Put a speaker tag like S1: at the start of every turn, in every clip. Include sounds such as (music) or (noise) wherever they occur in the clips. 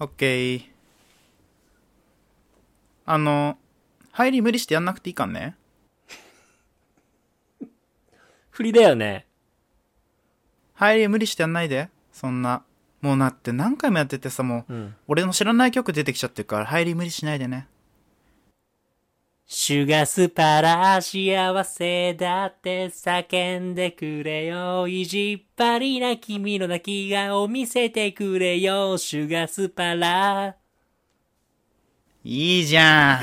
S1: オッケー。あの、入り無理してやんなくていいかんね。
S2: 振りだよね。
S1: 入り無理してやんないで。そんな。もうなって何回もやっててさ、もう、
S2: うん。
S1: 俺の知らない曲出てきちゃってるから、入り無理しないでね。
S2: シュガスパラ幸せだって叫んでくれよ。意地っ張りな君の泣き顔見せてくれよ。シュガスパラ。
S1: いいじゃ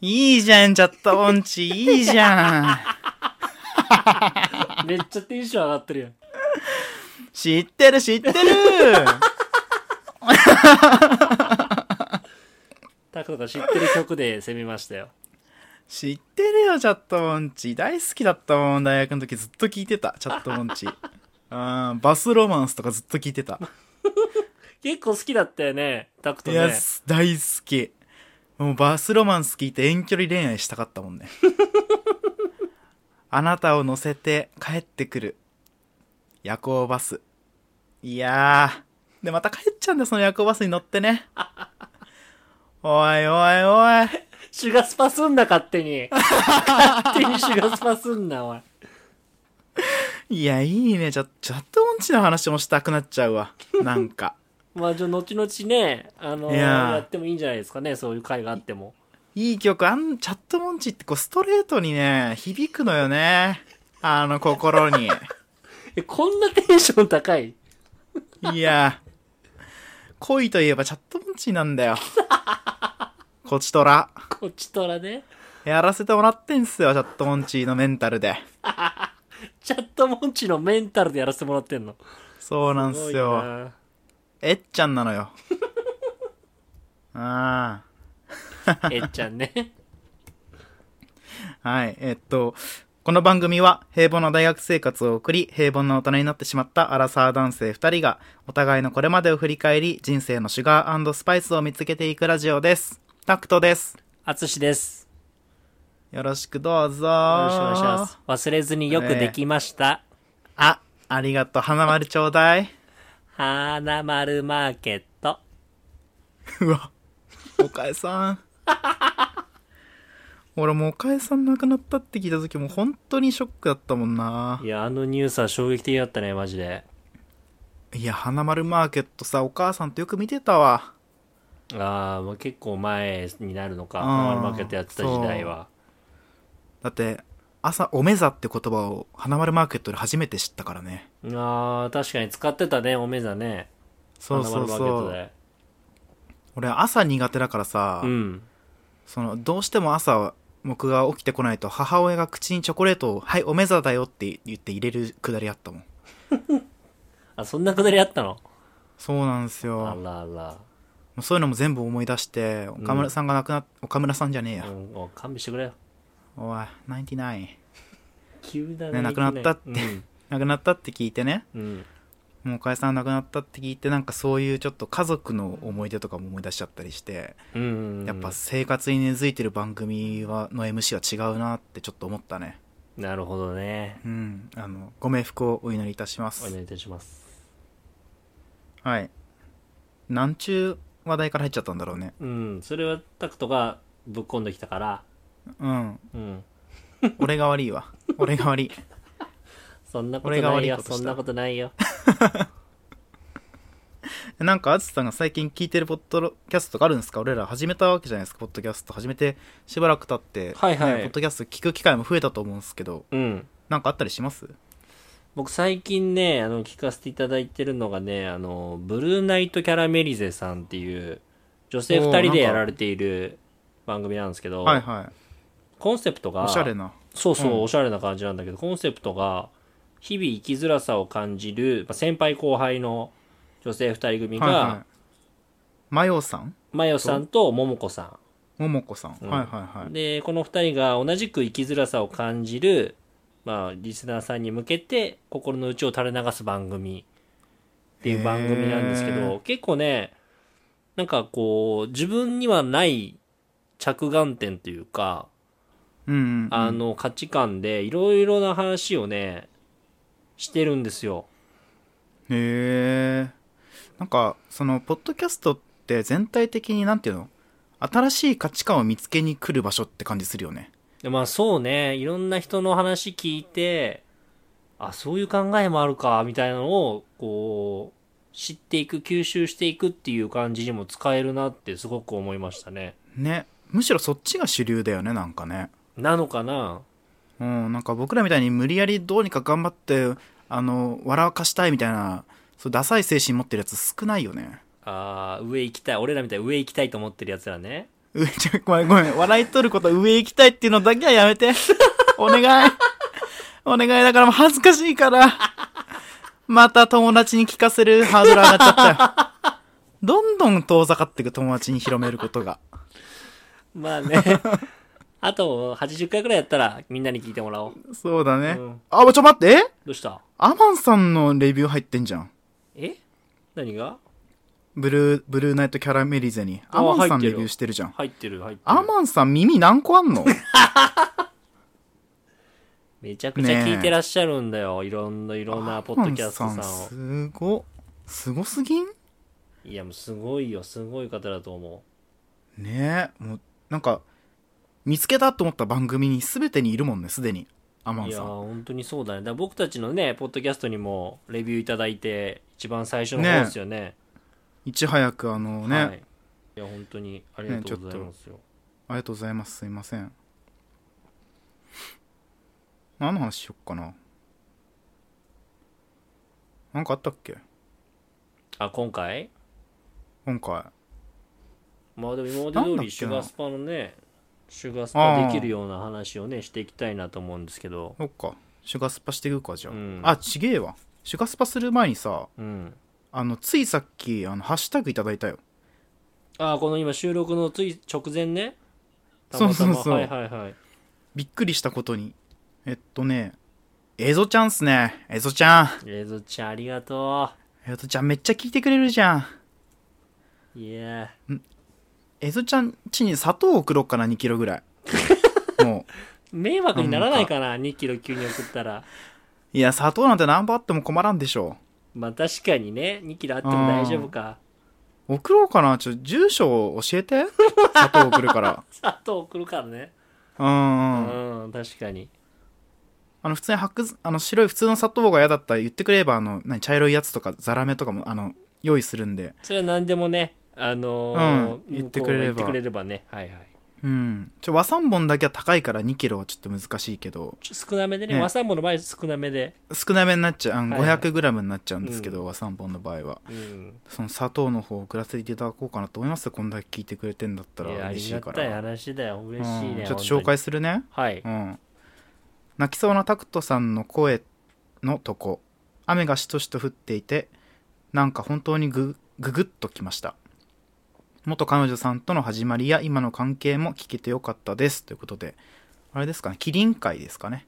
S1: ん。いいじゃん、チャットオンチ。いいじゃん。
S2: めっちゃテンション上がってるよ。
S1: 知ってる、知ってる。
S2: タクトが知ってる曲で攻めましたよ。
S1: 知ってるよ、チャットモンチ。大好きだったもん、大学の時ずっと聞いてた、チャットモンチ。あーバスロマンスとかずっと聞いてた。
S2: 結構好きだったよね、タクト
S1: い
S2: ね
S1: や、。す大好き。もうバスロマンス聞いて遠距離恋愛したかったもんね。あなたを乗せて帰ってくる。夜行バス。いやー。で、また帰っちゃうんだよ、その夜行バスに乗ってね。おいおいおい。
S2: シュガスパすんな、勝手に。勝手にシュガスパすんな、おい。
S1: いや、いいね。じゃ、チャットモンチの話もしたくなっちゃうわ。なんか。
S2: まあ、じゃあ、後々ね、あの
S1: いやー
S2: やってもいいんじゃないですかね、そういう会があっても。
S1: いい曲、あん、チャットモンチってこう、ストレートにね、響くのよね。あの、心に。
S2: え、こんなテンション高い
S1: いや、恋といえばチャットモンチなんだよ。こちとら。
S2: こっちとらね。
S1: やらせてもらってんすよ、チャットモンチのメンタルで。
S2: チャットモンチのメンタルでやらせてもらってんの。
S1: そうなんす
S2: ごい
S1: よ。
S2: な
S1: えっちゃんなのよ。あ
S2: えっちゃんね。
S1: (laughs) あ。はい。えっと、この番組は平凡な大学生活を送り、平凡な大人になってしまったアラサー男性二人が、お互いのこれまでを振り返り、人生のシュガースパイスを見つけていくラジオです。タクトです。
S2: あつしです。
S1: よろしくどうぞ。
S2: よろしくお願いします。忘れずによくできました。
S1: あ、ありがとう。花丸ちょうだい。
S2: 花丸マーケット。。
S1: うわ、おかえさん。俺もうおかえさん亡くなったって聞いた時もう本当にショックだったもんない
S2: や、あのニュースは衝撃的だったね、マジで。
S1: いや、花丸マーケットさ、お母さんとよく見てたわ。
S2: ああ、もう結構前になるのか。
S1: うん
S2: 花丸マーケットやってた時代は。
S1: だって、朝、おめざって言葉を花丸マーケットで初めて知ったからね。
S2: ああ、確かに使ってたね、おめざね。
S1: そうそう
S2: 花丸マー
S1: そ
S2: ケ
S1: う。
S2: ッ
S1: 俺朝苦手だからさ、
S2: トで。うん。
S1: その、どうしても朝、僕が起きてこないと母親が口にチョコレートを、はい、おめざだよって言って入れるくだりあったもん。
S2: あ、そんなくだりあったの
S1: そうなんですよ。
S2: あらあら。
S1: もうそういうのも全部思い出して、岡村さんが亡くなっ、岡村さんじゃねえや。
S2: うん、もう勘弁してくれよ。
S1: おい、99。
S2: 急だ
S1: ね亡くなったって
S2: うん。
S1: 亡くなったって聞いてね。
S2: うん
S1: もう岡井さん亡くなったって聞いて、なんかそういうちょっと家族の思い出とかも思い出しちゃったりして、
S2: うんうんうん。
S1: やっぱ生活に根付いてる番組は、の MC は違うなってちょっと思ったね。
S2: なるほどね。
S1: うん。あの、ご冥福をお祈りいたしま
S2: お願
S1: す。
S2: いいたします。
S1: はい。なんちゅう話題から入っちゃったんだろうね。
S2: うん、それはタクトがぶっこんできたから、
S1: うん。
S2: うん。
S1: 俺が悪いわ。俺が悪い。
S2: そんなこと
S1: 俺が
S2: な
S1: 悪
S2: い
S1: い
S2: よ
S1: こ、とした
S2: そんなことな
S1: (laughs)
S2: いよ。
S1: なんか、あつさんが最近聞いてるポッドキャストとかあるんですか俺ら始めたわけじゃないですか、ポッドキャスト。始めてしばらく経って、
S2: はいはい
S1: ねポッドキャスト聞く機会も増えたと思うんですけど、
S2: うん。
S1: なんかあったりします
S2: 僕最近ね、あの、聞かせていただいてるのがね、あの、ブルーナイトキャラメリゼさんっていう、女性
S1: お
S2: 二
S1: ー
S2: 人で
S1: なん
S2: や
S1: から
S2: れている番組なんですけど、
S1: はいはい。
S2: コンセプトが、
S1: おしゃれな。
S2: そうそう、
S1: うん
S2: おしゃれな感じなんだけど、コンセプトが、日々生きづらさを感じる、まあ、先輩後輩の女性二人組が、
S1: はいはい。マヨさん
S2: マヨさんとモモコさん。
S1: ももこさん,、
S2: うん
S1: はいはいはい。
S2: で、この二人が同じく生きづらさを感じる、まあ、リスナーさんに向けて、心の内を垂れ流す番組っていう番組なんですけ
S1: へ
S2: ど
S1: ー、
S2: 結構ね、なんかこう、自分にはない着眼点というか、
S1: うん、うんうん。
S2: あの、価値観でいろいろな話をね、してるんですよ。
S1: へえ。なんかそのポッドキャストって全体的になんていうの新しい価値観を見つけに来る場所って感じするよね
S2: でまあそうね、いろんな人の話聞いて、あ、そういう考えもあるか、みたいなのを、こう、知っていく、吸収していくっていう感じにも使えるなってすごく思いましたね。
S1: ねむしろそっちが主流だよねなんかね
S2: なのかな
S1: うんなんか僕らみたいに無理やりどうにか頑張ってあの笑かしたいみたいなそうダサい精神持ってるやつ少ないよね (laughs)
S2: あー上行きたい。俺らみたいに上行きたいと思ってるやつらね。
S1: 上ちょごめんごめん笑い取ること上行きたいっていうのだけはやめて (laughs) お願いお願いだからもう恥ずかしいからまた友達に聞かせるハードル上がっちゃったよ (laughs) どんどん遠ざかっていく友達に広めることが
S2: まあね。 (laughs) あと、80回くらいやったら、みんなに聞いてもらおう。
S1: そうだね、
S2: うん
S1: あちょ待ってえ
S2: どうした
S1: アマンさんのレビュー入ってんじゃん
S2: え何が
S1: ブルーブルーナイトキャラメリゼに
S2: あ
S1: アマンさ
S2: 入っ
S1: ん
S2: て
S1: レ
S2: る
S1: ビューしてるじゃん
S2: 入ってる、入って
S1: ア
S2: る。
S1: マンさん耳何個あんの
S2: めちゃくちゃ聞いてらっしゃるんだよ。いろんな、いろんなポッドキャスト
S1: アマ
S2: さ
S1: ン
S2: んを。
S1: すごすごすぎん
S2: いや、もうすごいよ。すごい方だと思
S1: ねえもうなんか見つけたと思った番組に全てにいるもんねすでにアマ
S2: う。い
S1: ン
S2: やー、
S1: さん
S2: 本当にそうだね。だから僕たちのね、ポッドキャストにもレビューいただいて、一番最初の方ですよね。
S1: いち早くあのね、
S2: はい。いや、本当にありがとうございますよ。
S1: ありがとうございますすいません何の話しよっかななんかあったっけ
S2: あ、今回
S1: 今回
S2: まあでも今
S1: な
S2: まで
S1: ん
S2: 通
S1: だっけ
S2: り
S1: な
S2: シュガースパのね、シュガースパできるような話をね、していきたいなと思うんですけど。
S1: そっかシュガスパしていくかじゃあ、
S2: うん
S1: あちげえわシュガスパする前にさ
S2: うん。
S1: あのついさっきあのハッシュタグいただいたよ
S2: あー、この今収録のつい直前ね。た
S1: そう
S2: ま
S1: そ
S2: た
S1: う
S2: ま。
S1: そう
S2: はいはいはい。
S1: びっくりしたことにえっとねエゾちゃんっすねエゾちゃん
S2: レズちゃんありがと
S1: エゾちゃんめっちゃ聞いてくれるじゃん。
S2: う。いや
S1: エゾちゃん家に砂糖送ろうかな、2キロぐらい。も
S2: ー迷惑にならないかな、2キロ急に送ったら。
S1: う。いや、砂糖なんて何本あっても困らんでしょ
S2: まあ確かにね、2キロあっても大丈夫か。
S1: う。送ろうかな、ちょ、住所を教えて。砂糖送るから。
S2: 砂糖送るからね。
S1: うん
S2: う
S1: うん。
S2: ん、確かに。
S1: あの、普通に白ず、あの、白い普通の砂糖が嫌だったら言ってくれれば、あの、何、茶色いやつとか、ザラメとかも、あの、用意するんで。
S2: それは何でもね、あのー
S1: うん言ってくれれば
S2: 向こうが言ってくれればね。はいはい。
S1: うん。ちょ、和三本だけは高いから2キロはちょっと難しいけど、
S2: ちょっと少なめでね、
S1: ね
S2: 和三本の場合少なめで。
S1: 少なめになっちゃう、あの
S2: はいはい
S1: 500グラムになっちゃうんですけど、和三本の場合は。
S2: うん。
S1: その砂糖の方を送らせていただこうかなと思いますよこんだけ聞いてくれてんだった
S2: いや、
S1: ら
S2: あ
S1: 嬉
S2: り
S1: しい
S2: が
S1: か
S2: たい
S1: ら
S2: 話だよ。嬉しい
S1: うん
S2: ね。
S1: ちょっと紹介するね
S2: 本当に。はい。
S1: うん泣きそうなタクトさんの声のとこ雨がしとしと降っていてなんか本当にグググッときました元彼女さんとの始まりや今の関係も聞けてよかったですということであれですかねキリン会ですかね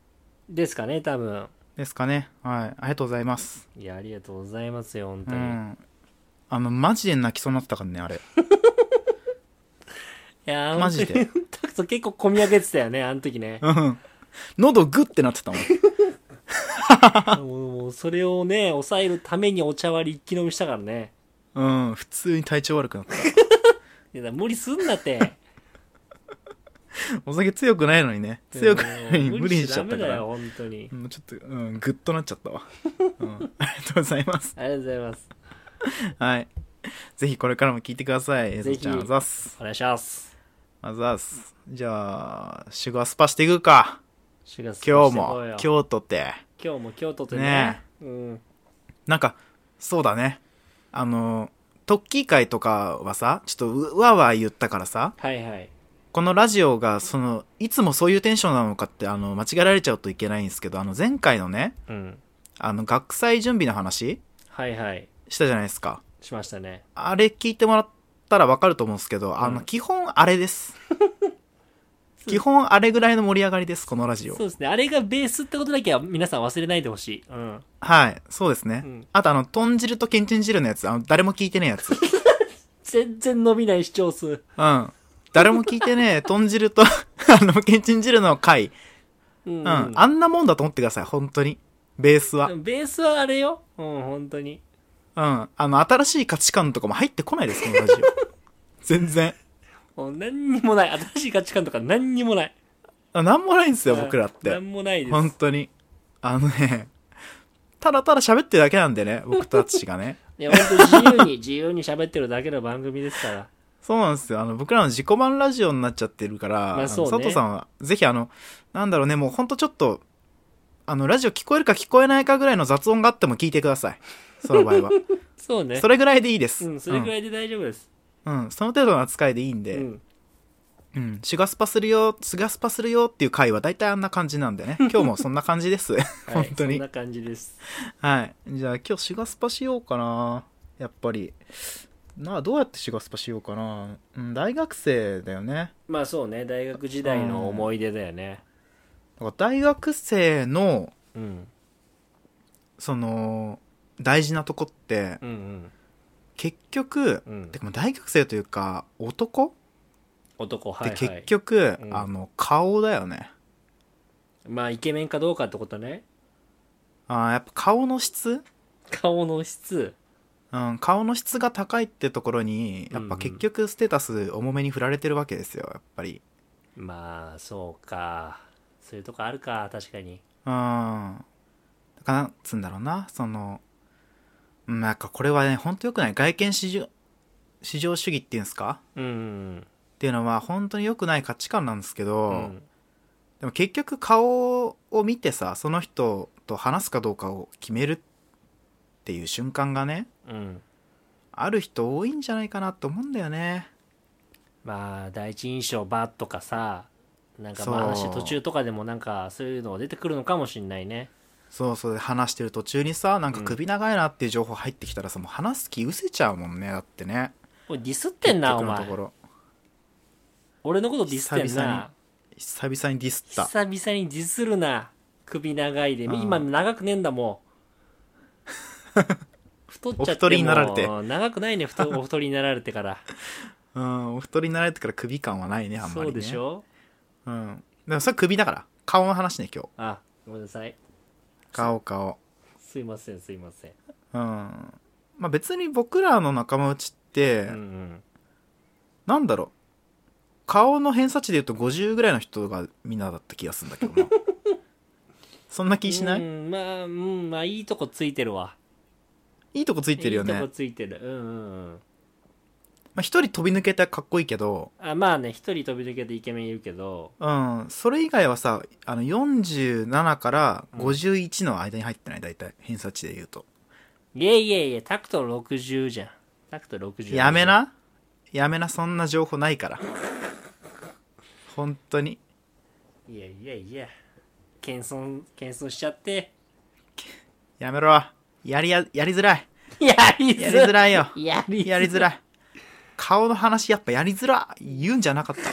S2: ですかね、多分。
S1: ですかねはいありがとうございます
S2: いや、ありがとうございますよ、本
S1: う
S2: 当に。い
S1: んあのマジで泣きそうになってたからねあれ
S2: やー、
S1: マジで
S2: (laughs) 本当に。タクト結構込み上げてたよね、あの時
S1: (laughs)
S2: ね。
S1: うん喉グッてなってたもん
S2: もうもうそれをね、抑えるためにお茶割り一気飲みしたからね。
S1: うん、普通に体調悪くなった。
S2: いやだから無理すんなって。
S1: お酒強くないのにね。強くないのに無理にしちゃったか
S2: 無理ダメだ
S1: ら。
S2: よ、
S1: も
S2: 本当に。
S1: うちょっと、うん、グッとなっちゃったわ。うん、 (laughs) ありがとうございます。
S2: ありがとうございます。
S1: はい。ぜひこれからも聞いてください。え
S2: ぜ
S1: ず
S2: ひ
S1: ちゃん、あざっす。
S2: お願いします。
S1: あざっす。じゃあ、シュガースパしていくか。
S2: 4月
S1: 今日も、
S2: 今日
S1: 京都って。
S2: 今日も京都でね。
S1: ね
S2: うん。
S1: なんか、そうだね。あの、トッキー会とかはさ、ちょっとうわわ言ったからさ、
S2: はいはい。
S1: このラジオが、その、いつもそういうテンションなのかって、あの、間違えられちゃうといけないんですけど、あの、前回のね、
S2: うん。
S1: あの、学祭準備の話
S2: はいはい。
S1: したじゃないですか。
S2: しましたね。
S1: あれ聞いてもらったらわかると思うんですけど、あの、
S2: うん
S1: 基本あれ
S2: (laughs)
S1: です。基本あれぐらいの盛り上がりです、このラジオ
S2: そ。うですね。あれがベースってことだけは皆さん忘れないでほしい。うん。
S1: はい、そうですね。
S2: うん
S1: あとあの、豚汁とけんちん汁のやつ、あの、誰も聞いてねえやつ。うん。
S2: 全然伸びない視聴数。
S1: 誰も聞いてねえ、 (laughs) 豚汁と、あの、けんちん汁の回。
S2: うん。
S1: うん。あんなもんだと思ってください、本当に。ベースは。
S2: ベースはあれよ。うん、本当に。
S1: うん。あの、新しい価値観とかも入ってこないです、このラ
S2: (laughs)
S1: ジオ。全然。
S2: もう何にもない。新しい価値観とか何にもない。
S1: あなんもないんですよ、僕らっ
S2: な
S1: て。
S2: んもないです。
S1: 本当に。あのね、ただただ喋ってるだけなんでね、僕たちが
S2: (laughs)
S1: ね。
S2: いや、本当自由に、自由に喋ってるだけの番組ですから。
S1: そうなんですよ。あの、僕らの自己満ラジオになっちゃってるから、
S2: あ
S1: あの
S2: そうね
S1: 佐藤さんは、ぜひあの、なんだろうね、もうほんとちょっと、あの、ラジオ聞こえるか聞こえないかぐらいの雑音があっても聞いてください。その場合は。
S2: そう (laughs) ね
S1: そ。れぐらいでいいです。
S2: うん、それくらいで大丈夫で
S1: う
S2: す。
S1: んうんその程度の扱いでいいん
S2: う
S1: で、うん、
S2: ん。
S1: シュガスパするよ、シュガスパするよっていう回は大体あんな感じなん
S2: (laughs)
S1: でね。今日もそんな感じです。 (laughs)
S2: はい
S1: 本当に
S2: そんな感じです。
S1: はい。じゃあ今日シュガスパしようかな。やっぱり。なあ、どうやってシュガスパしようかな。うん、大学生だよね。
S2: まあそうね、大学時代の思い出だよね。
S1: だから大学生の、
S2: うん。
S1: その、大事なとこって、
S2: うんうん。
S1: 結局、
S2: うん
S1: てかまあ大学生というか、男っ
S2: 男、はい、
S1: て
S2: はい。
S1: 結局、
S2: うん
S1: あの、顔だよね。
S2: まあイケメンかどうかってことね。
S1: あーやっぱ顔の質
S2: 顔の質。
S1: うん、顔の質が高いってところに、やっぱ結局ステータス重めに振られてるわけですよ、やっぱり。
S2: まあ、そうか。そういうとこあるか、確か
S1: うん。
S2: に。
S1: だからなんつうんだろうな、その、うんなんかこれはね、ほんと良くない。外見至上、至上主義っていうんですか
S2: うんうん
S1: っていうのは本当に良くない価値観なんですけ
S2: う
S1: ど、
S2: ん。うん。
S1: でも結局顔を見てさ、その人と話すかどうかを決めるっていう瞬間がね、
S2: うん。
S1: ある人多いんじゃないかなと思うんだよね。
S2: まあ、第一印象ばっとかさ、なんかまあ
S1: そう
S2: 話途中とかでもなんかそういうの出てくるのかもしんないね。
S1: そうそう話してる途中にさなんか首長いなっていう情報入ってきたらさ、もう話す気失せちゃうもんねだってね
S2: おい、ディスってんな、お
S1: 結局の
S2: 前
S1: とこ。ろ
S2: 俺のことディスってん
S1: 久々に
S2: な。
S1: 久々にディスった
S2: 久々にディスるな。首長いで。
S1: ん
S2: 今長くねえんだも
S1: (laughs)
S2: ん。太っちゃっても
S1: お太りになられて
S2: 長くないね、
S1: (laughs)
S2: 太お太りになられてから。
S1: うんお太りになられてから首感はないねあんまり
S2: そ
S1: ね
S2: うでしょ
S1: うんでもそれ首だから顔の話ね今日
S2: あ、ごめんなさい。
S1: 顔顔
S2: すいません、すいません。
S1: うんまあ別に僕らの仲間内って、
S2: うんうん。
S1: なんだろう顔の偏差値で言うと50ぐらいの人がみんなだった気がするんだけ
S2: (laughs)
S1: どなそんな気しない、
S2: うん、まあ、うん、まあ、いいとこついてるわ。
S1: いいとこついてるよね
S2: いいとこ
S1: ま
S2: ついてる。うんうんうん。
S1: あ、一人飛び抜けてかっこいいけど、
S2: あまあね、一人飛び抜けてイケメンいるけど、
S1: うん、それ以外はさ、あの、47から51の間に入ってない、大体、偏差値で言うと。
S2: いえいえいえ、タクト60じゃん。タクト60。
S1: やめ。なやめな、そんな情報ないから。本当に。
S2: いやいやいや。謙遜、謙遜しちゃって。 (laughs)
S1: やめろ。やりや、やりづらい。
S2: やり
S1: やり
S2: づらい。
S1: づらいよ
S2: やり
S1: やりづらい。顔の話やっぱやりづらい言うんじゃなかった。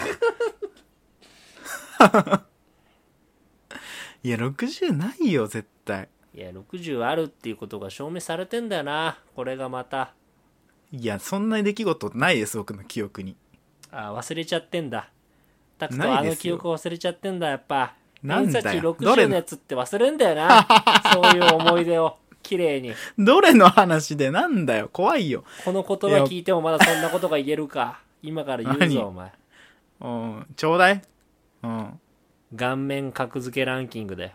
S1: (laughs) いや、60ないよ、絶対。
S2: いや60あるっていうことが証明されてんだよなこれがまた
S1: いや、そんな出来事ないです、僕の記憶に。
S2: あ忘れちゃってんだタクト
S1: な
S2: あ
S1: いですよ
S2: の記憶忘れちゃってんだやっぱ
S1: なんだよ
S2: 偏差値
S1: どれ
S2: 60
S1: の
S2: のやつって忘れんだ
S1: (laughs)
S2: よなそういう思い出を綺麗に
S1: どれの話でなんだよ、怖いよ。
S2: この言葉聞いてもまだそんなことが言えるか今から言う
S1: 何
S2: ぞお前
S1: うん、ちょうだい。うん。
S2: 顔面格付けランキングだよ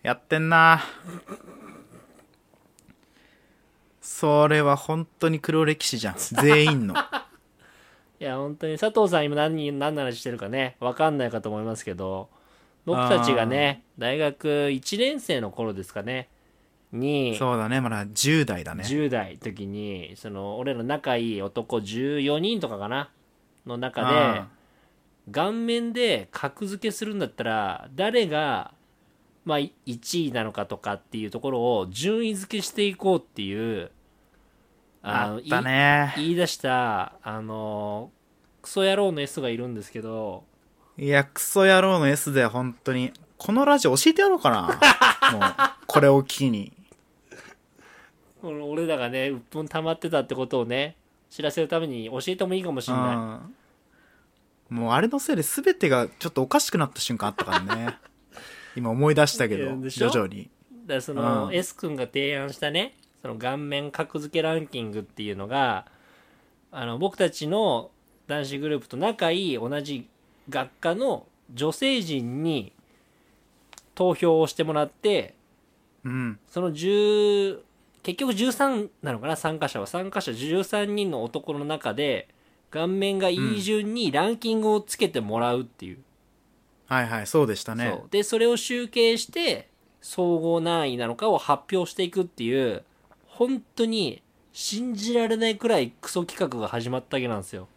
S1: やってんなそれは本当に黒歴史じゃん。全員
S2: (laughs)
S1: の。
S2: いや本当に佐藤さん今何人何の話してるかね分かんないかと思いますけど僕たちがね大学1年生の頃ですかねに
S1: そうだね、まだ10代だね。
S2: 10代の時にその俺ら仲いい男14人とかかなの
S1: う
S2: 中
S1: ん
S2: で顔面で格付けするんだったら誰が、まあ、い1位なのかとかっていうところを順位付けしていこうっていう
S1: あ
S2: の
S1: ったね。
S2: い言い出したあのクソ野郎の S がいるんですけど
S1: いや、クソ野郎の S だよ、本当に。このラジオ教えてやろうか
S2: (laughs)
S1: な。もう、これを機に。
S2: この俺らがね鬱憤溜まってたってことをね知らせるために教えてもいいかもし
S1: う
S2: れない。
S1: ん。もうあれのせいで全てがちょっとおかしくなった瞬間あったから
S2: (laughs)
S1: ね。今思い出したけ
S2: いや
S1: ど、
S2: でしょ
S1: 徐々に。
S2: だからその、
S1: うん
S2: S 君が提案したねその顔面格付けランキングっていうのがあの僕たちの男子グループと仲いい同じ学科の女性陣に投票をしてもらって
S1: うん。
S2: その10結局13なのかな参加者は参加者13人の男の中で顔面がいい順にランキングをつけてもらうっていう、
S1: はいはい、そうでしたね
S2: そ。うでそれを集計して総合何位なのかを発表していくっていう本当に信じられないくらいクソ企画が始まったわけなんですよ、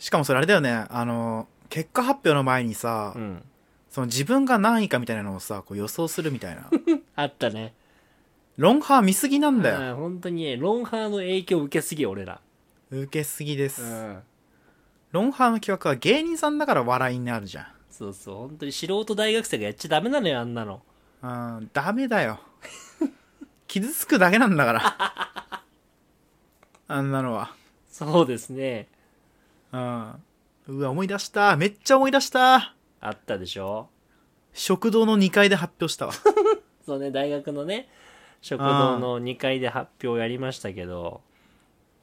S1: しかもそれあれだよね、あの、結果発表の前にさ、
S2: うん、
S1: その自分が何位かみたいなのをさ、こう予想するみたいな。 (laughs)
S2: あったね
S1: ロンハー見すぎなんだよ。
S2: うん本当にねロンハーの影響を受けすぎ俺ら、
S1: 受けすぎです。
S2: ん、
S1: ロンハーの企画は芸人さんだから笑いになるじゃ
S2: そうそう本当に素人大学生がやっちゃダメなのよあんなの
S1: ん。うん、ダメだ
S2: (laughs)
S1: よ。傷つくだけなんだから。 (laughs) あんなのは。
S2: そうですね
S1: うん。うわ、思い出した。めっちゃ思い出した。
S2: あったでしょ
S1: 食堂の2階で発表したわ。
S2: (laughs) そうね大学のね食堂の2階で発表やりましたけど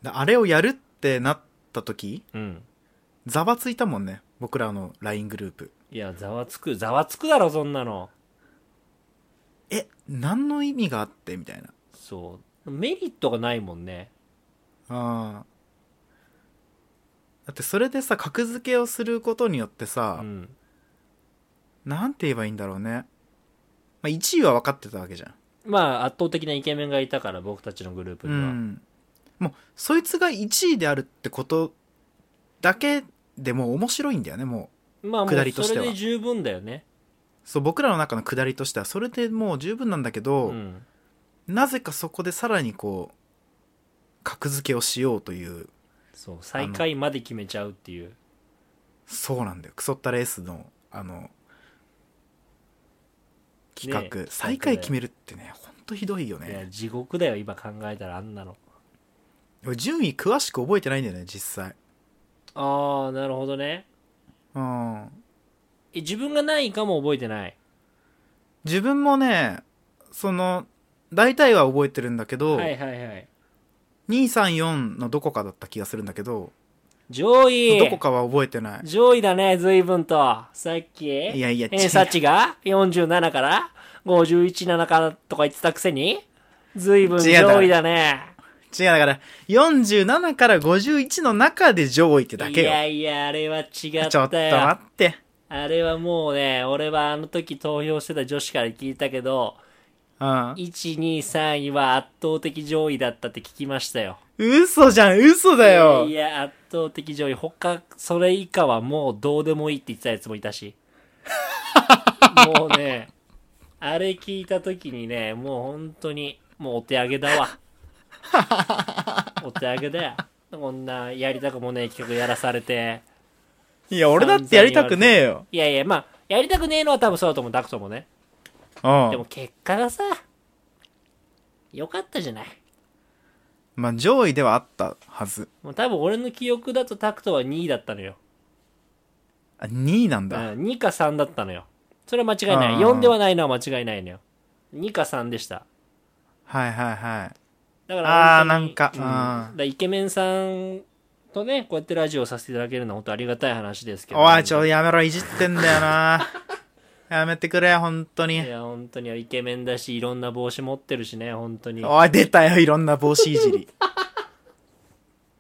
S1: であれをやるってなった時、
S2: うん
S1: ざわついたもんね。僕らの LINE グループ。
S2: いやざわつくざわつくだろそんなの
S1: え、何の意味があってみたいな。
S2: そうメリットがないもんね
S1: ああ。だってそれでさ、格付けをすることによって
S2: う
S1: さ、
S2: ん
S1: なんて言えばいいんだろうね。まあ、1位は分かってたわけじゃん。
S2: まあ圧倒的なイケメンがいたから僕たちのグループ
S1: う
S2: には、
S1: ん。もう、そいつが1位であるってことだけでもう面白いんだよね、も
S2: まあも
S1: 下
S2: う
S1: りと
S2: そ
S1: しては
S2: れで十分だよね
S1: う。そう、僕らの中の下りとしては、それでもう十分なんだけ
S2: う
S1: ど、
S2: ん
S1: なぜかそこでさらにこう、格付けをしようという、
S2: そう最下位まで決めちゃうっていう
S1: そうなんだよ。クソったレースの、あの、企画。
S2: ねえ
S1: 最下位決めるってね、ほんとひどいよ
S2: いや
S1: ね。
S2: 地獄だよ今考えたらあんなの
S1: 俺順位詳しく覚えてないんだよね、実際。
S2: ああなるほどね
S1: うん。
S2: え自分が何位かも覚えてない
S1: 自分もね、その、大体は覚えてるんだけど、
S2: はいはいはい
S1: 234のどこかだった気がするんだけど、
S2: 上位
S1: どこかは覚えてない。
S2: 上位だね随分とさっき
S1: いやいや、違
S2: 偏
S1: う
S2: 差値が47から517からとか言ってたくせに随分
S1: 違うだろ
S2: 上位だね
S1: 違う、だから、47から51の中で上位ってだけ
S2: い
S1: よ。
S2: やいやあれは違っ
S1: ちょったと
S2: よ
S1: 待って。
S2: あれはもうね俺はあの時投票してた女子から聞いたけど
S1: うん。
S2: 123位は圧倒的上位だったって聞きましたよ
S1: 嘘じゃん、嘘だよ
S2: い。や圧倒的上位他それ以下はもうどうでもいいって言ってたやつもい
S1: (laughs)
S2: たしもうねあれ聞いた時にねもう本当にもうお手上げだ
S1: (laughs)
S2: わお手上げだよこんなやりたくもねえ企画やらされて
S1: いや、俺だってやりたくねえよ。
S2: いやいやまあやりたくねえのは多分そうだと思うダクトもね
S1: う
S2: で
S1: ん
S2: も。結果がさ良かったじゃない
S1: まあ、上位ではあったはず。
S2: もう多分俺の記憶だとタクトは2位だったのよ
S1: あ、2位なん
S2: う
S1: だ。
S2: ん2か3だったのよそれは間違いない
S1: あー
S2: 4ではないのは間違いないのよ2か3でした
S1: はいはいはい。
S2: だから
S1: あー
S2: 本当に
S1: なんか
S2: う
S1: うん
S2: だからイケメンさんとねこうやってラジオさせていただけるのは本当ありがたい話ですけど
S1: おい、ちょ、やめろ、いじってんだよ
S2: (laughs)
S1: な。やめてくれ、本当
S2: い
S1: に。
S2: や本当にイケメンだしいろんな帽子持ってるしね本当に
S1: おい、出たよ、いろんな帽子いじり。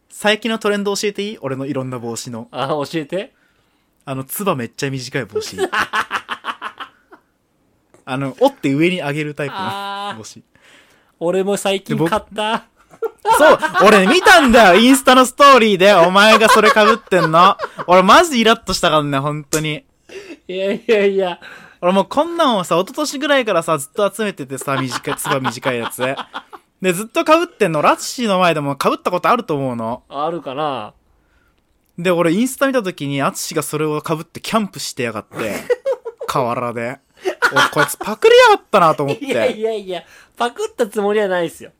S1: 最近のトレンド教えていい俺のいろんな帽子の。
S2: あ教えて
S1: あの、つばめっちゃ短い帽
S2: (laughs)
S1: 子。あの、折って上に上げるタイプ
S2: あ
S1: の
S2: ー
S1: 帽子。
S2: 俺も最近
S1: で僕
S2: 買った
S1: そう、俺見たんだよ、インスタのストーリーで、お前がそれ被ってんの。俺マジイラッとしたからね、本当に。
S2: いやいやいや
S1: 俺もうこんなんをさ、一昨年ぐらいからさ、ずっと集めててさ、短い、つば短いやつ。で、ずっと被ってんの。ラッシーの前でも被ったことあると思うの。
S2: あるかな
S1: で、俺インスタ見た時に、アツシがそれを被ってキャンプしてやがって、河原で。俺、こいつパクりやがったなと思っ
S2: いや
S1: て
S2: い。やいやパクったつもりはないですよ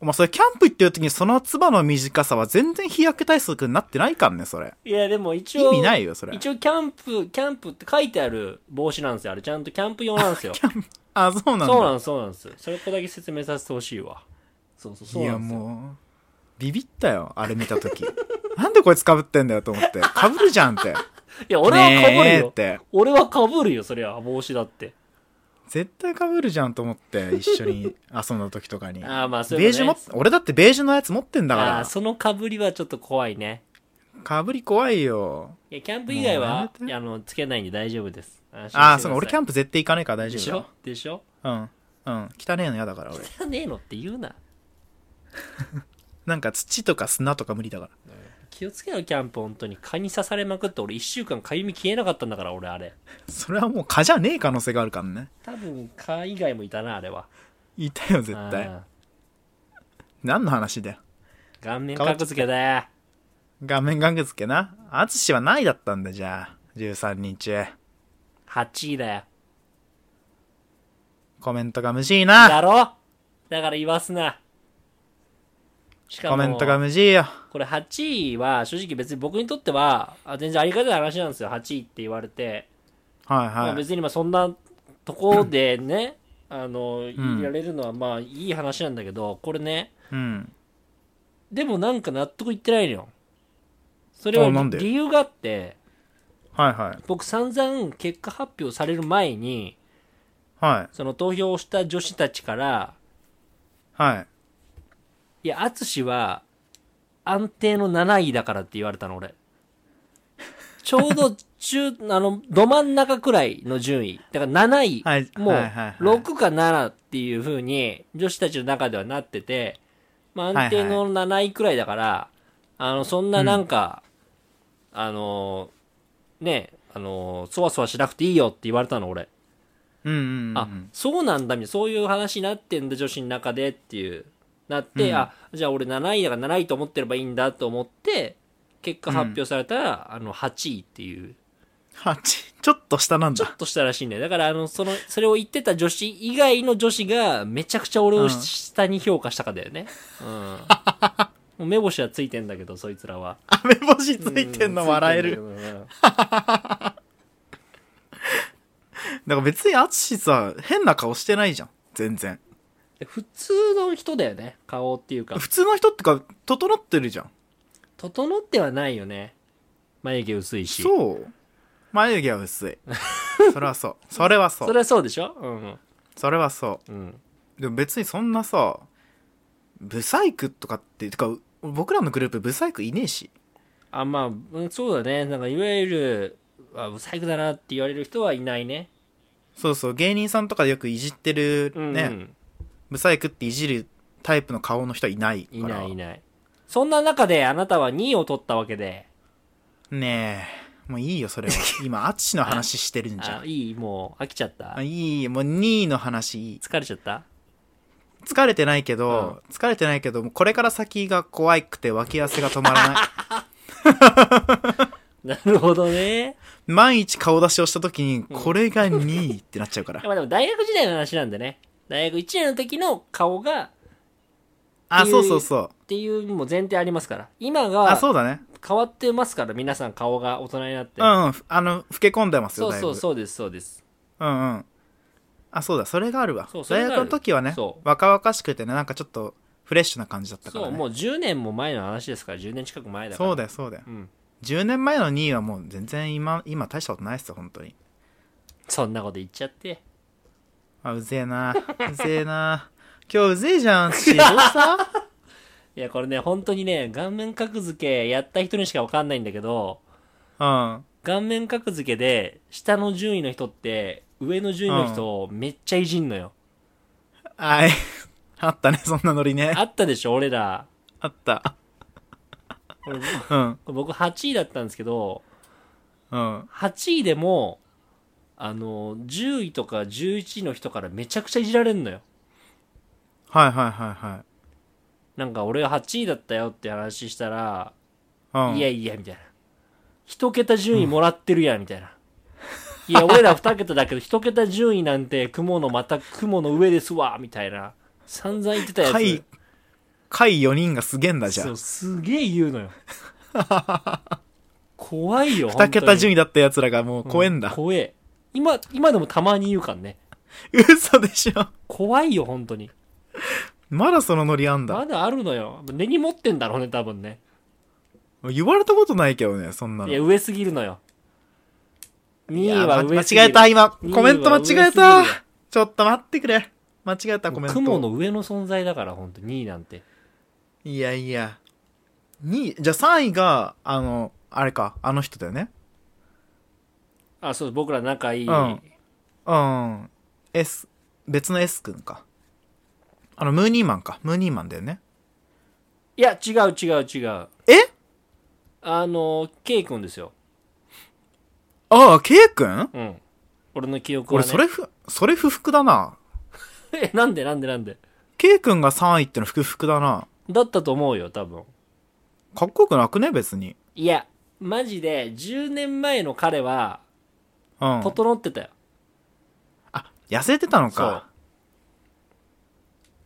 S1: お前、それキャンプ行ってる時にそのつばの短さは全然日焼け対策になってないかんね、それ。
S2: いやでも一
S1: 意
S2: 応
S1: 味ないよ、それ。 (laughs)
S2: 一応キャンプ、キャンプって書いてある帽子なんですよ。あれちゃんとキャンプ用なんですよ。
S1: あ、そうなんだ。
S2: そうなんです、そうなんです。それここだけ説明させてほしいわ。そうそう、そう
S1: い
S2: な
S1: や、
S2: んですよ。
S1: もう、ビビったよ、あれ見たとき。なんでこいつ被ってんだよと思って。被るじゃんって。
S2: いや、俺は被
S1: ね
S2: る
S1: え
S2: よ
S1: っ。て。
S2: 俺は被るよ、そりゃ、帽子だって。
S1: 絶対被るじゃんと思って、一緒に遊んだ時とかに。
S2: ああ、まあ、それ
S1: ベージュも、俺だってベージュのやつ持ってんだ
S2: ああー、
S1: か
S2: その被りはちょっと怖いね。
S1: ら。被り怖いよ。
S2: いや、キャンプ以外
S1: もうや
S2: は、
S1: めて
S2: あの、つけないんで大丈夫です。
S1: ああ、そうか、俺キャ
S2: ン
S1: ンプ絶対行かないから
S2: プ
S1: 大
S2: で
S1: 丈
S2: しょ
S1: 夫
S2: でしょ
S1: だ。うん。うん。汚ねえの嫌だから、俺。
S2: 汚ねえのって言うな。
S1: なんか土とか砂とか無理だから。
S2: 気をつけろ、キャンプ、本当に。蚊に刺されまくって、俺一週間かゆみ消えなかったんだから、俺、あれ。
S1: それはもう蚊じゃねえ可能性があるからね。
S2: 多分、蚊以外もいたな、あれは。
S1: いたよ、絶対。
S2: あ
S1: 何の話だよ。
S2: ー。顔面格付けだよ。
S1: 画面ガング付けな。アツシはないだったんだ、じゃあ。13人中。
S2: 8位だよ。
S1: コメントが無事いな。
S2: だろだから言わすな。しか
S1: コメン
S2: も、
S1: トが無事いよ。
S2: これ8位は、正直別に僕にとっては、あ全然ありがたい話なんですよ、8位って言われて。
S1: はい
S2: まあ、
S1: はい。
S2: 別にまあそんなとこでね、あの、
S1: ん
S2: いられるのはまあいい話なんだけど、これね、
S1: うん。
S2: でもなんか納得いってないのよ。それは
S1: あなんで
S2: 理由があって、
S1: はいはい。
S2: 僕散々結果発表される前に、
S1: はい。
S2: その投票した女子たちから、
S1: はい。
S2: いや、淳は安定の7位だからって言われたの、俺。ちょうど
S1: (laughs)
S2: 中、あの、ど真ん中くらいの順位。だから7位。
S1: はい
S2: もう、
S1: はいはいはい
S2: 6か7っていう風に、女子たちの中ではなってて、まあ
S1: はい
S2: 安定の7位くらいだから、あの、そんななんか、あの、ね、あの、そわそわしなくていいよって言われたの、俺。
S1: うんうんうん。
S2: あ、そうなんだ、みたいな、そういう話になってんだ、女子の中でっていう、なって、
S1: うん
S2: あ、じゃあ俺7位だから7位と思ってればいいんだと思って、結果発表されたら、あの、8位っていう、
S1: 8。ちょっと下なん
S2: ちょっ
S1: だ。
S2: としたらしいんだよ。だから、あの、その、それを言ってた女子以外の女子が、めちゃくちゃ俺
S1: う
S2: を
S1: ん
S2: 下に評価したかだよね。うん。 (laughs) もう目星はついてんだけど、そいつらは。
S1: あ、目星ついてんの笑える。
S2: うん。ついてんだけどうん
S1: だから別にアツシさ、変な顔してないじゃん。全然。
S2: で普通の人だよね、顔っていうか。
S1: 普通の人ってか、整ってるじゃん。
S2: 整ってはないよね。眉毛薄いし。
S1: そう眉毛は薄
S2: (laughs)
S1: い。それはそう。それはそ。
S2: そうれはそうでしょうん。
S1: それはそ
S2: うん。
S1: う。でも別にそんなさ、ブサイクとかって、てか、僕らのグループブサイクいねえし。
S2: あ、まあうん、そうだね。なんか、いわゆる、あ、不細工だなって言われる人はいないね。
S1: そうそう、芸人さんとかでよくいじってる
S2: うん、うん。
S1: ね、ブサイクっていじるタイプの顔の人はいないから。
S2: いないいない。そんな中で、あなたは2位を取ったわけで。
S1: ねえ、もういいよ、
S2: (laughs)
S1: それは。今、アツシの話してるんじゃ
S2: あ
S1: ん。
S2: いいもう飽きちゃった
S1: あいいよ、もう2位の話いい。
S2: 疲れちゃった (laughs)
S1: 疲れてないけど、疲れてないけど、もうこれから先が怖くて脇汗が止まら
S2: (laughs)
S1: ない。
S2: なるほどね。
S1: 毎日顔出しをした時に、これが2位ってなっちゃう
S2: (laughs)
S1: から。
S2: まあでも大学時代の話なんでね。大学1年の時の顔がっ
S1: あ、そうそうそう。
S2: ていうのも前提ありますから。今
S1: あ、
S2: が
S1: そうだね。
S2: 変わってますから、皆さん顔が大人になって。
S1: うんうん。あの、老け込んでます
S2: そ
S1: よ、
S2: う
S1: だいぶ。
S2: そうそうです、そうです。
S1: うんうん。あ、そうだ、それがあるわ。
S2: そうそれ
S1: 大
S2: がある
S1: 学の時はね
S2: そ、う
S1: 若々しくてね、なんかちょっとフレッシュな感じだったから
S2: そう、
S1: ね。
S2: もう10年も前の話ですから、10年近く前だから。
S1: そうだよ、そうだよ。
S2: うん。
S1: 10年前の2位はもう全然今、今大したことないっすよ、本当に。
S2: そんなこと言っちゃって。
S1: あ、うぜえな。うぜえな。今日うぜえじゃ
S2: (laughs)
S1: ん、し。どうした
S2: いや、これね、本当にね、顔面格付けやった人にしかわかんないんだけど、
S1: うん。
S2: 顔面格付けで、下の順位の人って、上の順位の人をめっちゃいじんのよ。
S1: あい。 (laughs) あったね、そんなノリね。
S2: あったでしょ、俺ら。
S1: あった。
S2: 俺
S1: うん。
S2: 僕8位だったんですけど、
S1: うん。
S2: 8位でも、あの、10位とか11位の人からめちゃくちゃいじられんのよ。
S1: はいはいはい
S2: なんか俺が8位だったよって話したら、
S1: はい。うん。
S2: いやいや、みたいな。一桁順位もらってるやん、み
S1: (laughs)
S2: たいな。いや、俺ら二桁だけど、一桁順位なんて雲のまた雲の上ですわ、みたいな。散々言ってたやつ。
S1: はい会4人がすげえんだじゃ
S2: そ
S1: ん
S2: う、。すげえ言うのよ。
S1: (laughs)
S2: 怖いよ、
S1: 2桁
S2: 位
S1: 順位だった奴らがもう超えんだ。
S2: 怖え。今、今でもたまに言うからね。
S1: 嘘でしょ。
S2: 怖いよ、本当に。
S1: まだそのノリあんだ。
S2: まだあるのよ。根に持ってんだろうね、多分ね。
S1: 言われたことないけどね、そんないの。
S2: や、上すぎるのよ。2
S1: い
S2: 位
S1: やま
S2: は上
S1: 間
S2: すぎる。
S1: 違えた、今。
S2: 二位は
S1: コメント間違え
S2: 上
S1: た
S2: すぎる。
S1: ちょっと待ってくれ。間違えた、コメント。
S2: 雲の上の存在だから、本当2位なんて。
S1: いやいや。2位、じゃあ3位が、あの、あれか、あの人だよね。
S2: あ、そう、僕ら仲いい。
S1: うんうん。S、別の S 君か。あの、ムーニーマンか。ムーニーマンだよね。
S2: いや、違う違う違う。
S1: え
S2: あの、K 君ですよ。
S1: ああ、K 君
S2: うん。俺の記憶は
S1: 俺、
S2: ね。
S1: それふ、それ不服だな。
S2: (laughs) え、なんでなんでなんで。
S1: K 君が3位っての不服だな。
S2: だったと思うよ、多分。
S1: かっこよくなくね別に。
S2: いや、マジで、10年前の彼は、
S1: うん。
S2: 整ってたよ。
S1: あ、痩せてたの
S2: そう
S1: か。。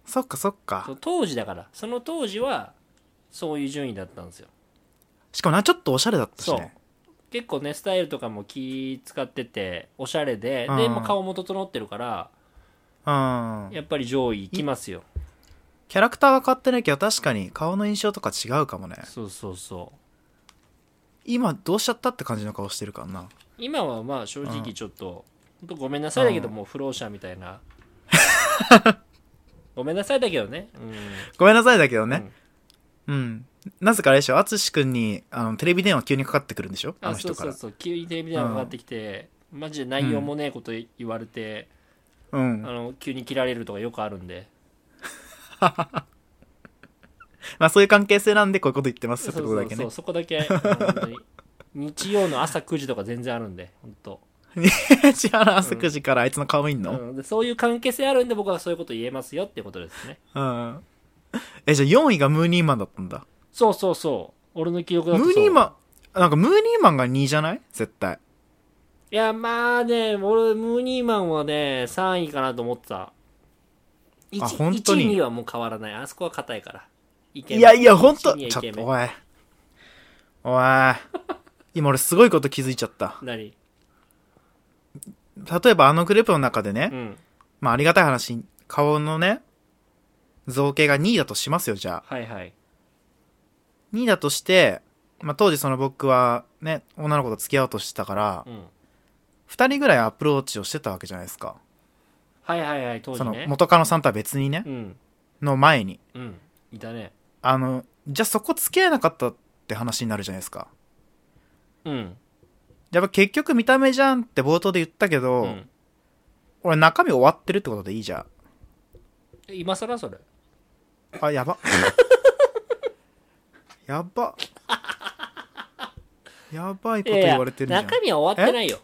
S1: そっかそっ
S2: そ
S1: か。
S2: う当時だから。その当時は、そういう順位だったんですよ。
S1: しかもな、ちょっとおしゃれだったしね。
S2: 結構ね、スタイルとかも気使ってて、おしゃれで、
S1: うん
S2: で、まあ顔も整ってるから、
S1: うん。
S2: やっぱり上位いきますよ。
S1: キャラクターが変わってなきゃ確かに顔の印象とか違うかもね。
S2: そうそうそう。
S1: 今どうしちゃったって感じの顔してるからな。
S2: 今はまあ正直ちょっと、ほんとごめんなさいだけど、もう不老者みたいな。 (laughs) ごめんなさいだけどね。う
S1: ごめんなさいだけどね。うん。なぜかあれでしょ、淳くんに、あの、テレビ電話急にかかってくるんでしょ
S2: ん。
S1: あ
S2: あ、
S1: の
S2: そ
S1: 人
S2: う
S1: か
S2: そう
S1: ら。
S2: そう。急にテレビ電話かかってきて、マジで内容もねえこと言われて、
S1: うん。
S2: あ
S1: ま
S2: の、急に切られるとかよくあるんで。
S1: あそういう関係性なんでこういうこと言ってます
S2: そう
S1: って
S2: そ
S1: こ
S2: う
S1: と
S2: そ
S1: だ
S2: う
S1: け
S2: そ
S1: ね
S2: う、。そこだけ、本当に。日曜の朝9時とか全然あるんで、本当。
S1: (laughs) 千原朝9時からあいつの顔いんの、
S2: うん、でそういう関係性あるんで僕はそういうこと言えますよってことですね
S1: うん。え、じゃあ4位がムーニーマンだったんだ。
S2: そうそうそう俺の記憶だと
S1: ム
S2: そう
S1: ーニーマン、なんかムーニーマンが2位じゃない絶対。
S2: いやまあね俺ムーニーマンはね3位かなと思ってた 1,
S1: あ本当に
S2: 位2位はもう変わらないあそこは硬いからイケメン
S1: いやいや、ほんと、
S2: 一位
S1: ち
S2: は
S1: ょ
S2: イ
S1: っ
S2: ケメン
S1: と、おい。おい。今俺すごいこと気づいちゃった。
S2: 何
S1: 例えばあのグループの中でね、
S2: うん
S1: まあありがたい話、顔のね、造形が2位だとしますよ、じゃあ。
S2: はいはい
S1: 2位だとして、まあ当時その僕はね、女の子と付き合おうとしてたから
S2: う、ん
S1: 2人ぐらいアプローチをしてたわけじゃないですか。
S2: はいはいはい当
S1: そ
S2: 時
S1: の
S2: ね
S1: 元カノさんとは別にね
S2: う、ん
S1: の前に。
S2: うんいたね
S1: あの、じゃあそこ付き合えなかったって話になるじゃないですか。
S2: うん
S1: やっぱ結局見た目じゃんって冒頭で言ったけど、
S2: うん
S1: 俺中身終わってるってことでいいじゃん。
S2: え今更それ
S1: あ、や
S2: (laughs)
S1: ば。やば。やばいこと言われてるじゃん。
S2: いやいや中身は終わってないよ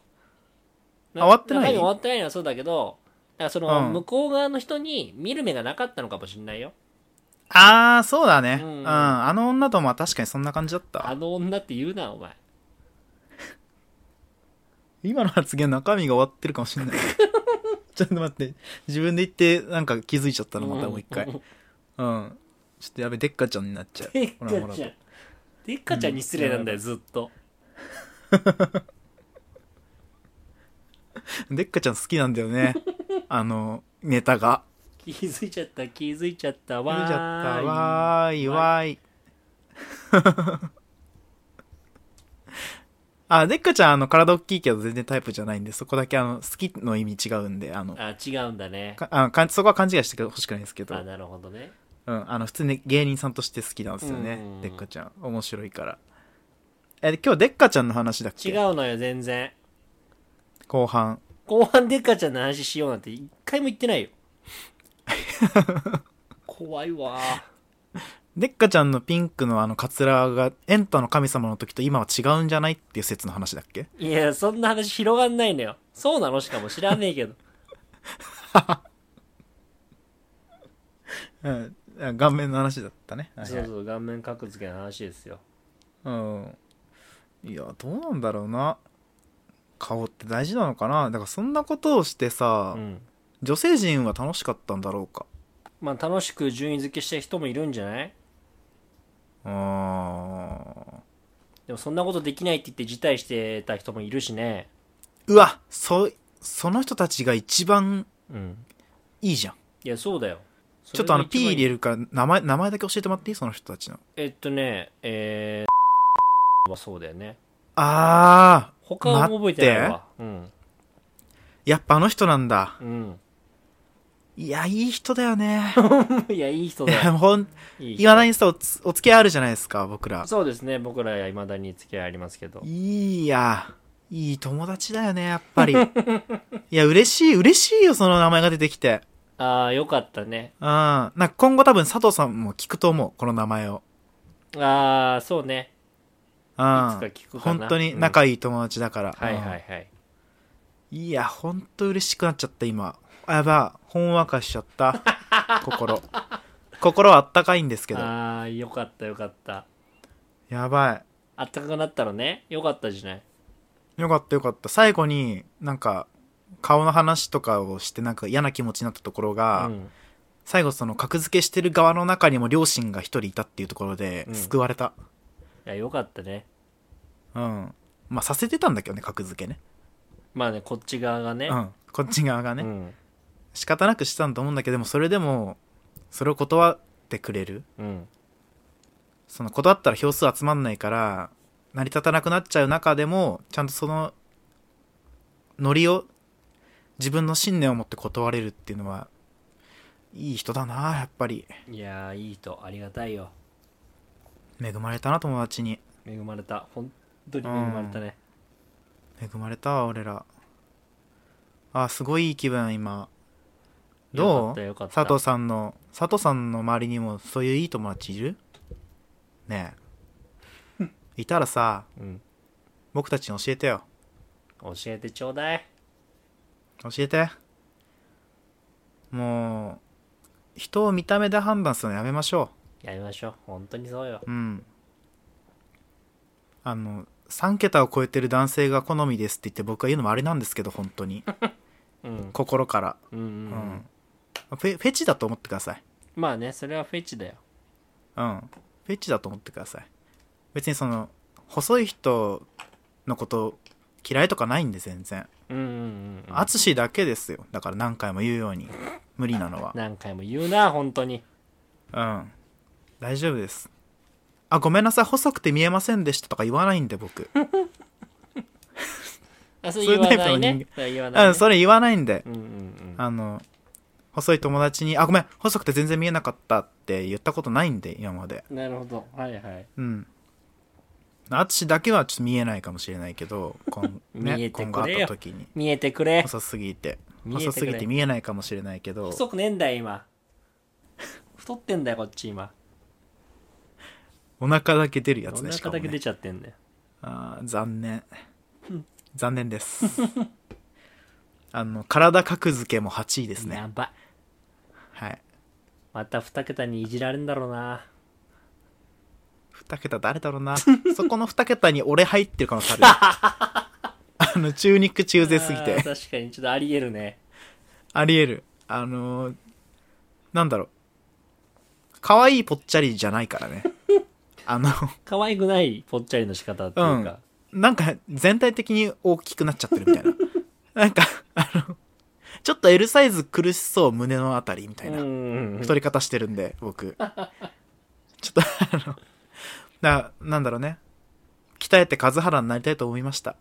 S1: あ終わってない
S2: 中身終わってないのはそうだけどだからその
S1: うん
S2: 向こう側の人に見る目がなかったのかもしれないよ、
S1: ああ、そうだね。
S2: う
S1: うんん、あの女とも確かにそんな感じだっ
S2: あ
S1: た。
S2: の女って言うなお前
S1: 今の発言中身が終わってるかもしれない。ちょっと待って。自分で言ってなんか気づいちゃったの、またもう一回。うん。ちょっとやべ、でっかちゃんになっちゃう。
S2: でっか
S1: ほらほら
S2: ちゃんでっかちゃんに失礼なんだよずっと
S1: でっかちゃん好きなんだよね。あの、ネタが。
S2: 気づいちゃった気づいちゃった
S1: 見
S2: わーい
S1: ちゃった。わーい、わーい。 (laughs) あ、でっかちゃん、あの、体大きいけど全然タイプじゃないんで、そこだけ、あの、好きの意味違うんで、あの、
S2: あ違うんだね
S1: か (laughs) あのかんそこは勘違いしてほしくないんですけど、
S2: あなるほどね
S1: うん、あの、普通に芸人さんとして好きなんですよね
S2: うんうんうん。
S1: でっかちゃん。面白いから。え、で今日でっかちゃんの話だっ
S2: 違
S1: け
S2: うのよ全然
S1: 後半。
S2: 後半でっかちゃんの話しようなんて一回も言っ
S1: (laughs)
S2: てないよ怖いわー
S1: でっかちゃんのピンクのあの、カツラが、エンタの神様の時と今は違うんじゃないっていう説の話だっけ
S2: いや、そんな話広がんないのよ。そうなのしかも知らねえけど。
S1: うん。顔面の話だったね。はいはい
S2: そうそう、顔面格付けの話ですよ。
S1: うん。いや、どうなんだろうな。顔って大事なのかなだからそんなことをして
S2: う
S1: さ、
S2: ん。
S1: 女性陣は楽しかったんだろうか。
S2: まあ、楽しく順位付けした人もいるんじゃないう
S1: ーん。
S2: でも、そんなことできないって言って辞退してた人もいるしね。
S1: うわ、そ、その人たちが一番
S2: うん。
S1: いいじゃん。
S2: いや、そうだよ。そ
S1: ちょ
S2: れ
S1: っ
S2: が
S1: とあの、
S2: 一番
S1: P
S2: いい
S1: 入れるから、名前、名前だけ教えてもらっていいその人たちの。
S2: えっとね、えー、はそうだよね。
S1: あ
S2: 他はもう覚えてないわ。うん。
S1: ー、やっぱあの人なんだ。
S2: うん。
S1: いや、いい人だよね。
S2: いや、いい人
S1: い
S2: だよ。
S1: や、 (laughs) ほん、
S2: いい人
S1: いまだにさ、おつお付き合いあるじゃないですか、僕ら。
S2: そうですね、僕らはいまだに付き合いありますけど。
S1: いいや、いい友達だよね、やっ
S2: (laughs)
S1: ぱり。いや、嬉しい、嬉しいよ、その名前が出てきて。
S2: ああ、よかったね。
S1: うん。なんか今後多分佐藤さんも聞くと思う、この名前を。
S2: ああ、そうね。
S1: うん。
S2: いつか聞くかな。
S1: 本当に
S2: い
S1: 仲いい友達だから。
S2: はいは
S1: うん
S2: いはい。
S1: いや、本当嬉しくなっちゃった、今。あやば、ほんわかしちゃった。 (laughs) 心。心はあったかいんですけど。
S2: ああ、よかったよかった。
S1: やばい。
S2: あったかくなったのね。よかったじゃない。
S1: よかったよかった。最後になんか、顔の話とかをしてなんか嫌な気持ちになったところが、
S2: うん、
S1: 最後その格付けしてる側の中にも両親が一人いたっていうところで
S2: うん
S1: 救われた。
S2: いや、よかったね。
S1: うん。まあさせてたんだけどね、格付けね。
S2: まあね、こっち側がね。
S1: うん。こっち側がね。
S2: うん。
S1: 仕方なくしてたんだと思うんだけど、でもそれでも、それを断ってくれる。
S2: うん。
S1: その断ったら票数集まんないから、成り立たなくなっちゃう中でも、ちゃんとその、ノリを、自分の信念を持って断れるっていうのは、いい人だなやっぱり。
S2: いやー、いい人。ありがたいよ。
S1: 恵まれたな、友達に。
S2: 恵まれた。本当に恵まれたね。
S1: 恵まれたわ、俺ら。あ、すごいいい気分、今。
S2: よか
S1: ど
S2: ったよ
S1: う
S2: かった
S1: 佐藤さんの、佐藤さんの周りにもそういういい友達いるねえ。いたらさ、
S2: うん。
S1: 僕たちに教えてよ。
S2: 教えてちょうだい。
S1: 教えて。もう、人を見た目で判断するのやめましょ
S2: やりましょう。本当にそうよ。
S1: う。うん。あの、3桁を超えてる男性が好みですって言って僕は言うのもあれなんですけど、本当に。
S2: (laughs) うん。
S1: 心から。
S2: うんうん、う
S1: うんん。。フェフェチだと思ってください。
S2: まあね、それはフェチだよ。
S1: うん。フェチだと思ってください。別にその、細い人のこと嫌いとかないんで全然。
S2: うんうんうんうん。
S1: 淳だけですよ。だから何回も言うように。無理なのは。
S2: 何回も言うな、本当に。
S1: うん。大丈夫です。あ、ごめんなさい。細くて見えませんでしたとか言わないんで
S2: (laughs)
S1: 僕。
S2: あ、そ
S1: そう
S2: れ
S1: い
S2: 言
S1: う
S2: わ
S1: タイプ
S2: な
S1: の
S2: い
S1: 人間
S2: ね。それ言わないうね、
S1: ん、それ言わないんで
S2: う。んうんうん。
S1: あの、細い友達に、あ、ごめん、細くて全然見えなかったって言ったことないんで、今まで。
S2: なるほど。はいはい。
S1: うん。淳だけはちょっと見えないかもしれないけど、
S2: (laughs)
S1: 今
S2: 見え
S1: ね、
S2: て
S1: 今
S2: く
S1: 後
S2: れよ
S1: 会った時
S2: (laughs)
S1: に。
S2: 見えてくれ。
S1: 細すぎて
S2: 見えてくれ
S1: 細すぎて見えないかもしれないけど
S2: 細くねえんだよ、今。太ってんだよ、こっち今。
S1: お腹だけ出るや
S2: お
S1: つねしか
S2: 腹
S1: も、
S2: だけ
S1: ね
S2: 出、ちゃってんだよ。
S1: あー残念残念です (laughs) あの体格付けも8位ですね
S2: やば。
S1: はい
S2: また二桁にいじられんだろうな。
S1: 2桁誰だろうな (laughs) そこの2桁に俺入ってる可能性あ
S2: (laughs)
S1: るあの中肉中背すぎ
S2: あー
S1: て
S2: 確かに、ちょっとあり得るね。
S1: ありえるあのーなんだろう可愛いぽっちゃりじゃないから
S2: (laughs)
S1: ねあの
S2: 可愛くないぽっちゃりの仕方っていうか。
S1: なんか全体的に大きくなっちゃってるみたいな。なんか、あの、ちょっと L サイズ苦しそう胸のあたりみた
S2: う
S1: い
S2: ん。
S1: な
S2: うんうん
S1: 太り方してるんで、僕。 (laughs) ちょっとあの、な、なんだろうね。鍛えてカズハラになりたいと思いました。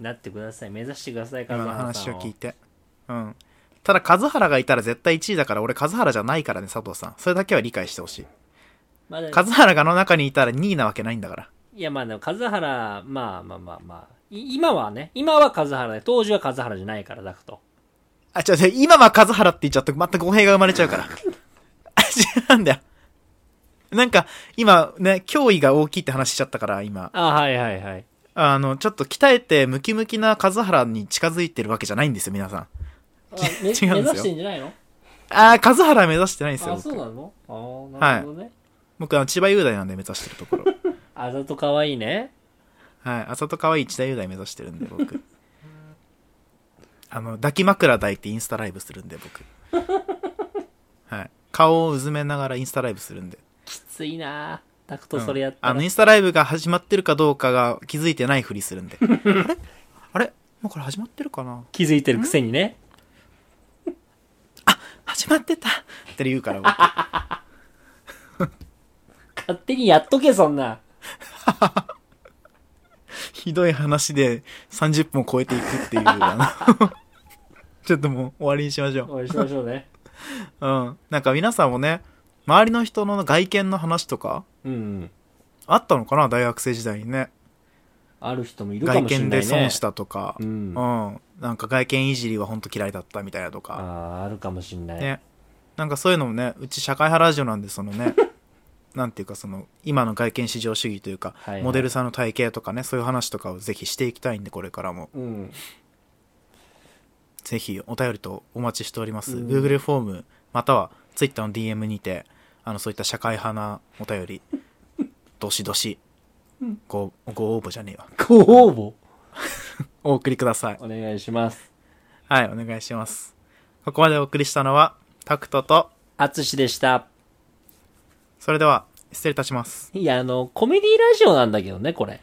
S2: なってください。目指してください、
S1: 今
S2: カズ
S1: の
S2: ハラ
S1: 話
S2: さん
S1: を
S2: を。
S1: 聞いて。うん。ただ、カズハラがいたら絶対1位だから、俺カズハラじゃないからね、佐藤さん。それだけは理解してほしい。
S2: まだ
S1: カズハラがの中にいたら2位なわけないんだから。
S2: いや、まあでも、カズハラ、まあまあまあまあ。い今はね、今はカズハラで、当時はカズハラじゃないから、ダクト。
S1: あ、違う違う、今はカズハラって言っちゃって、また語弊が生まれちゃうから。 (laughs) あ違うんだよ。なんか、今ね、脅威が大きいって話しちゃったから、今。
S2: あ、はいはいはい。
S1: あの、ちょっと鍛えてムキムキなカズハラに近づいてるわけじゃないんですよ、皆さん。
S2: あ
S1: 違う
S2: め
S1: んですよ
S2: 目指してんじゃないの
S1: あー、カズハラ目指してないんですよ
S2: あ、、そう
S1: 僕。
S2: なのああ、なるほどね。
S1: 僕、あの、千葉雄大なんで目指してるところ。 (laughs)
S2: あざとかわいいね。
S1: はい。あさとかわいい千葉雄大目指してるんで、僕。あの、抱き枕抱いてインスタライブするんで、僕。 (laughs) はい。顔をうずめながらインスタライブするんで。
S2: きついなダクトそれやっ
S1: うん
S2: た
S1: あの
S2: ら。
S1: インスタライブが始まってるかどうかが気づいてないふりするんであれあれもうこれ始まってるかな
S2: 気づいてるくせにね。
S1: 始まってたって言うから僕
S2: 勝手にやっとけ、そんな。
S1: ひどい話で30分を超えていくっていうあ
S2: (laughs)
S1: のちょっともう終わりにしましょう
S2: おいしましょうね。
S1: うん。なんか皆さんもね、周りの人の外見の話とか、
S2: うんうん。
S1: あったのかな大学生時代にね。
S2: ある人もいるか
S1: 外
S2: もしれない
S1: 見
S2: ね。
S1: で損したとか、
S2: うん。あ
S1: うん。なんか外見いじりはほんと嫌いだったみたいなとか、
S2: あー、あるかもしれない。
S1: ね。なんかそういうのもね、うち社会派ラジオなんで、その
S2: (laughs)
S1: ね、なんていうかその、今の外見至上主義というか、
S2: はいはい
S1: モデルさんの体型とかね、そういう話とかをぜひしていきたいんで、これからも。
S2: うん。
S1: ぜひお便りとお待ちしております。
S2: うん
S1: Google フォーム、または Twitter の DM にて、あの、そういった社会派なお便
S2: (laughs)
S1: り、どしどし、ご、ご応募じゃねえわ。
S2: ご応募
S1: お送りください。
S2: お願いします。
S1: はい、お願いします。ここまでお送りしたのは、タクトと、
S2: あつしでした。
S1: それでは、失礼いたします。
S2: いや、あの、コメディラジオなんだけどね、これ。